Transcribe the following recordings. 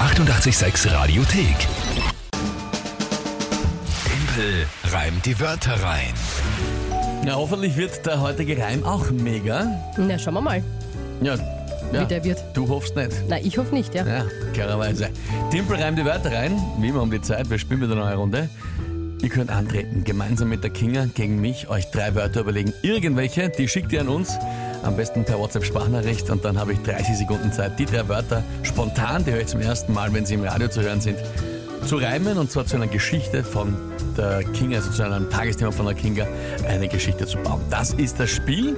886 Radiothek. Tempel reimt die Wörter rein. Ja, hoffentlich wird der heutige Reim auch mega. Na, schauen wir mal, Ja, ja. wie der wird. du hoffst nicht. Na, ich hoffe nicht, ja. Ja, klarerweise. Timpel reimt die Wörter rein, wie immer um die Zeit. Wir spielen wieder eine neue Runde. Ihr könnt antreten, gemeinsam mit der Kinga gegen mich, euch drei Wörter überlegen. Irgendwelche, die schickt ihr an uns, am besten per WhatsApp-Sprachnachricht und dann habe ich 30 Sekunden Zeit, die drei Wörter spontan, die höre ich zum ersten Mal, wenn sie im Radio zu hören sind, zu reimen und zwar zu einer Geschichte von der Kinga, also zu einem Tagesthema von der Kinga, eine Geschichte zu bauen. Das ist das Spiel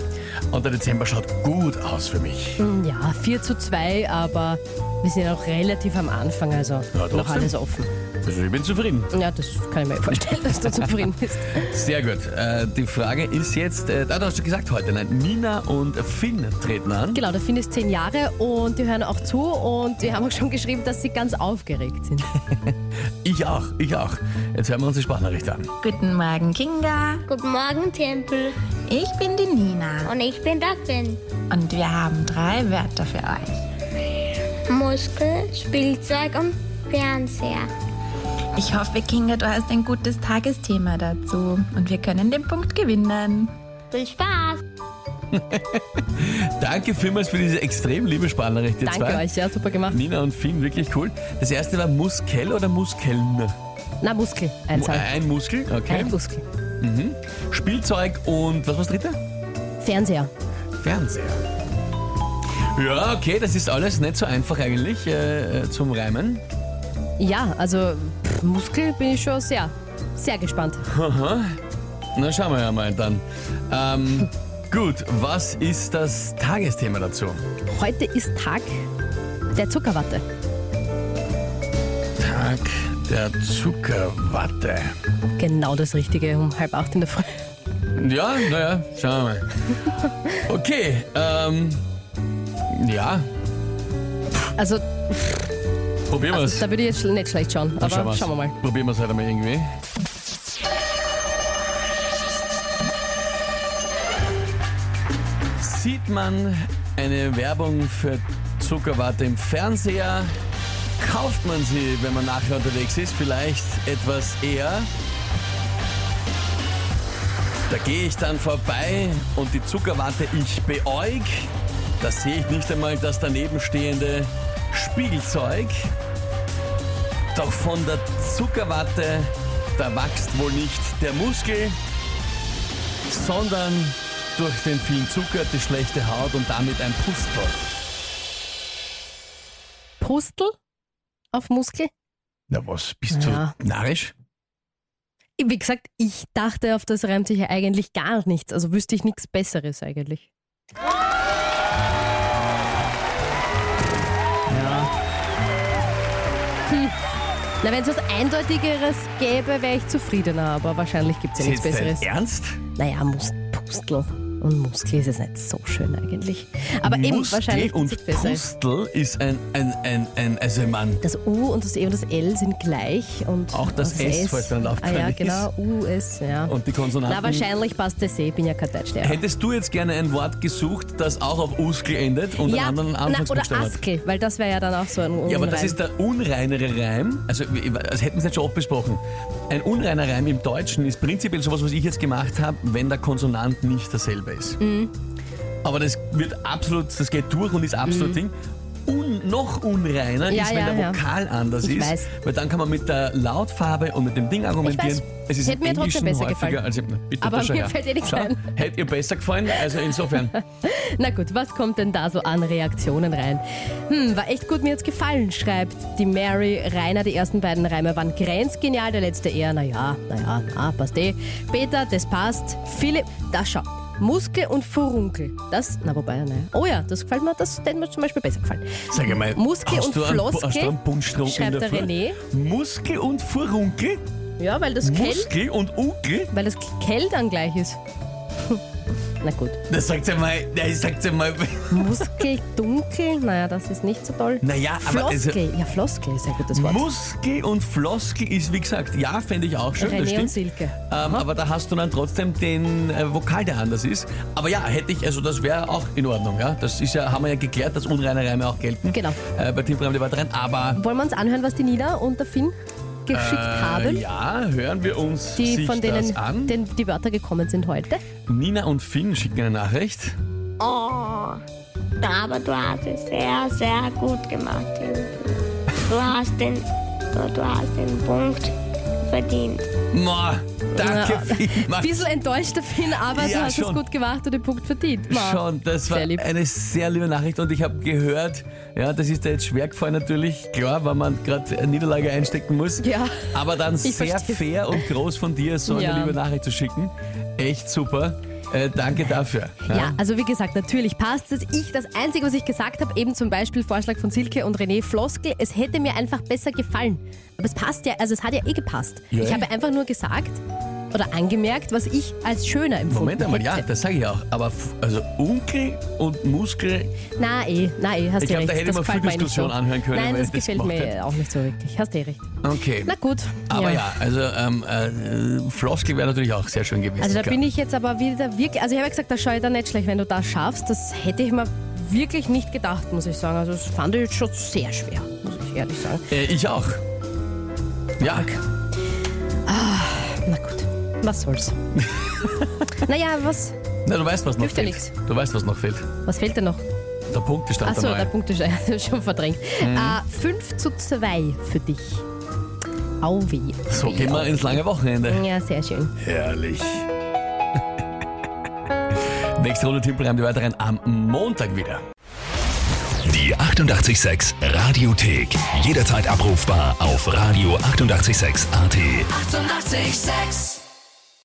und der Dezember schaut gut aus für mich. Ja, 4 zu 2, aber wir sind ja noch relativ am Anfang, also trotzdem. noch alles offen. Also ich bin zufrieden. Ja, das kann ich mir vorstellen, dass du zufrieden bist. Sehr gut. Äh, die Frage ist jetzt, äh, ah, du hast du gesagt heute, nein, Nina und Finn treten an. Genau, der Finn ist zehn Jahre und die hören auch zu und die haben auch schon geschrieben, dass sie ganz aufgeregt sind. Ich auch, ich auch. Jetzt hören wir uns die Sprachnachricht an. Guten Morgen, Kinga. Guten Morgen, Tempel. Ich bin die Nina Und ich bin der Finn. und wir haben drei Wörter für euch. Muskel, Spielzeug und Fernseher. Ich hoffe, Kinga, du hast ein gutes Tagesthema dazu und wir können den Punkt gewinnen. Viel Spaß! Danke vielmals für diese extrem liebe Sprachnachricht, ihr Danke zwei. euch, ja, super gemacht. Nina und Finn, wirklich cool. Das erste war Muskel oder Muskeln? Na, Muskel, Mu- Einzahl. Ein Muskel, okay. Ein Muskel. Spielzeug und was war das dritte? Fernseher. Fernseher. Ja, okay, das ist alles nicht so einfach eigentlich äh, äh, zum Reimen. Ja, also pff, Muskel bin ich schon sehr, sehr gespannt. Na, schauen wir ja mal dann. Ähm, gut, was ist das Tagesthema dazu? Heute ist Tag der Zuckerwatte. Tag der Zuckerwatte. Genau das Richtige um halb acht in der Früh. Ja, naja, schauen wir mal. Okay, ähm, ja, Also, probieren wir es. da würde ich jetzt schl- nicht schlecht schauen, aber schauen wir, mal. Probieren wir es halt einmal irgendwie. Sieht man eine Werbung für Zuckerwatte im Fernseher? Kauft man sie, wenn man nachher unterwegs ist, vielleicht etwas eher? Da gehe ich dann vorbei und die Zuckerwatte ich beäug. Da sehe ich nicht einmal das daneben stehende Spiegelzeug. Doch von der Zuckerwatte, da wächst wohl nicht der Muskel, sondern durch den vielen Zucker die schlechte Haut und damit ein Pustel. Pustel auf Muskel? Na was, bist Ja. du narrisch? Wie gesagt, ich dachte, auf das reimt sich ja eigentlich gar nichts. Also wüsste ich nichts Besseres eigentlich. Hm. Na, wenn es was Eindeutigeres gäbe, wäre ich zufriedener, aber wahrscheinlich gibt es ja nichts Ist jetzt dein Besseres. Ernst? Naja, Mus Pustel und Muskel ist es nicht so schön eigentlich. Aber eben Muskel wahrscheinlich gibt's und nichts Besseres. Pustel ist ein, ein, ein, ein, also man, Das U und das E und das L sind gleich und Auch das S, falls dann Ah aufgefallen ja, ist. genau, U, S, ja. und die Konsonanten. Na, wahrscheinlich passt das eh, ich bin ja kein Deutschlehrer. Hättest du jetzt gerne ein Wort gesucht, das auch auf Uskel endet und einen ja, anderen na, oder Anfangsbuchstaben hat? Askel, weil das wäre ja dann auch so ein Ja, aber das Unreim. ist der unreinere Reim. Also, das hätten wir nicht schon oft besprochen. Ein unreiner Reim im Deutschen ist prinzipiell sowas, was ich jetzt gemacht habe, wenn der Konsonant nicht derselbe ist. Mhm. Aber das wird absolut, das geht durch und ist absolut Ding. Un, noch unreiner Mhm. Ja, ist, wenn ja, der ja. Vokal anders Ich ist. weiß. Weil dann kann man mit der Lautfarbe und mit dem Ding argumentieren. weiß. Es ist Hätte im mir Englischen trotzdem besser häufiger gefallen. als im. Na, Bitte, Aber da schau mir her. fällt eh nichts Schau, ein. Hätte ihr besser gefallen? Also insofern. Na gut, was kommt denn da so an Reaktionen rein? Hm, war echt gut, mir jetzt gefallen, schreibt die Mary Rainer. Die ersten beiden Reime waren grenzgenial, der letzte eher, naja, naja, na, passt eh. Peter, das passt. Philipp, da schau. Muskel und Furunkel. Das, na wobei, nein. Oh ja, das gefällt mir, das hätte mir zum Beispiel besser gefallen. Sag einmal, Muskel hast und du einen- Floskel, hast du einen Punschstrunk in schreibt der der Früh? René. Muskel und Furunkel? Ja, weil das Kell, Muskel und Unkel? weil das Kell dann gleich ist. Na gut. Das sagt sie mal, nein, sagt sie mal. Muskel, dunkel, naja, das ist nicht so toll. Naja, aber also- Floskel, ja, Floskel ist ein gutes Wort. Muskel und Floskel ist, wie gesagt, ja, fände ich auch schön, das René und stimmt. Silke. Ähm, aber da hast du dann trotzdem den äh, Vokal, der anders ist. Aber ja, hätte ich, also das wäre auch in Ordnung, ja. Das ist ja, haben wir ja geklärt, dass unreine Reime auch gelten. Genau. Äh, bei Team Bremde war drin. Aber Wollen wir uns anhören, was die Nina und der Finn geschickt haben? äh, ja, hören wir uns Die sich von das an. denen den, die Wörter gekommen sind heute. Nina und Finn schicken eine Nachricht. Oh, aber du hast es sehr, sehr gut gemacht, Tempel. Du hast den, du hast den Punkt verdient. Moa, danke Ja. vielmals. Bisschen enttäuscht, der Finn, aber Ja, du hast schon. es gut gemacht und den Punkt verdient. Ma, Schon, das war sehr lieb. eine sehr liebe Nachricht und ich habe gehört, ja, das ist dir jetzt schwer gefallen natürlich, klar, weil man gerade eine Niederlage einstecken muss. Ja. Aber dann Ich sehr verstehe. fair und groß von dir, so eine Ja. liebe Nachricht zu schicken. Echt super. Äh, danke dafür. Ja, also wie gesagt, natürlich passt es. Ich, das Einzige, was ich gesagt habe, eben zum Beispiel Vorschlag von Silke und René Floskel, es hätte mir einfach besser gefallen. Aber es passt ja, also es hat ja eh gepasst. Ja, Ich eh. habe einfach nur gesagt oder angemerkt, was ich als schöner empfunden Moment einmal, ja, hätte. das sage ich auch. Aber f- also Onkel und Muskel, Na eh, na eh, hast Ich eh glaub, recht. da hätte das man viel gefällt mir eh nicht Diskussion so. anhören können, Nein, weil das ich das gefällt gemacht mir hätte. auch nicht so wirklich. Hast eh recht. okay. Na gut. aber ja, also ähm, äh, Floskel wäre natürlich auch sehr schön gewesen. Also da klar. bin ich jetzt aber wieder wirklich, also ich habe ja gesagt, das schaue ich dir nicht schlecht, wenn du das schaffst. Das hätte ich mir wirklich nicht gedacht, muss ich sagen. Also das fand ich jetzt schon sehr schwer, muss ich ehrlich sagen. äh, ich auch. Ja, Na gut, was soll's. naja, was, Na, du weißt, was noch Hilft ja fehlt. nix. du weißt, was noch fehlt. was fehlt denn noch? Der Punkt stand Achso, dabei. der Punkt ist ja schon verdrängt. Mhm. Äh, 5 zu 2 für dich. Au weh. So gehen wir ins lange Wochenende. Ja, sehr schön. Herrlich. Nächste Runde Tippel reimt die weiteren am Montag wieder. Die 886 Radiothek. Jederzeit abrufbar auf radio886.at. 886! 886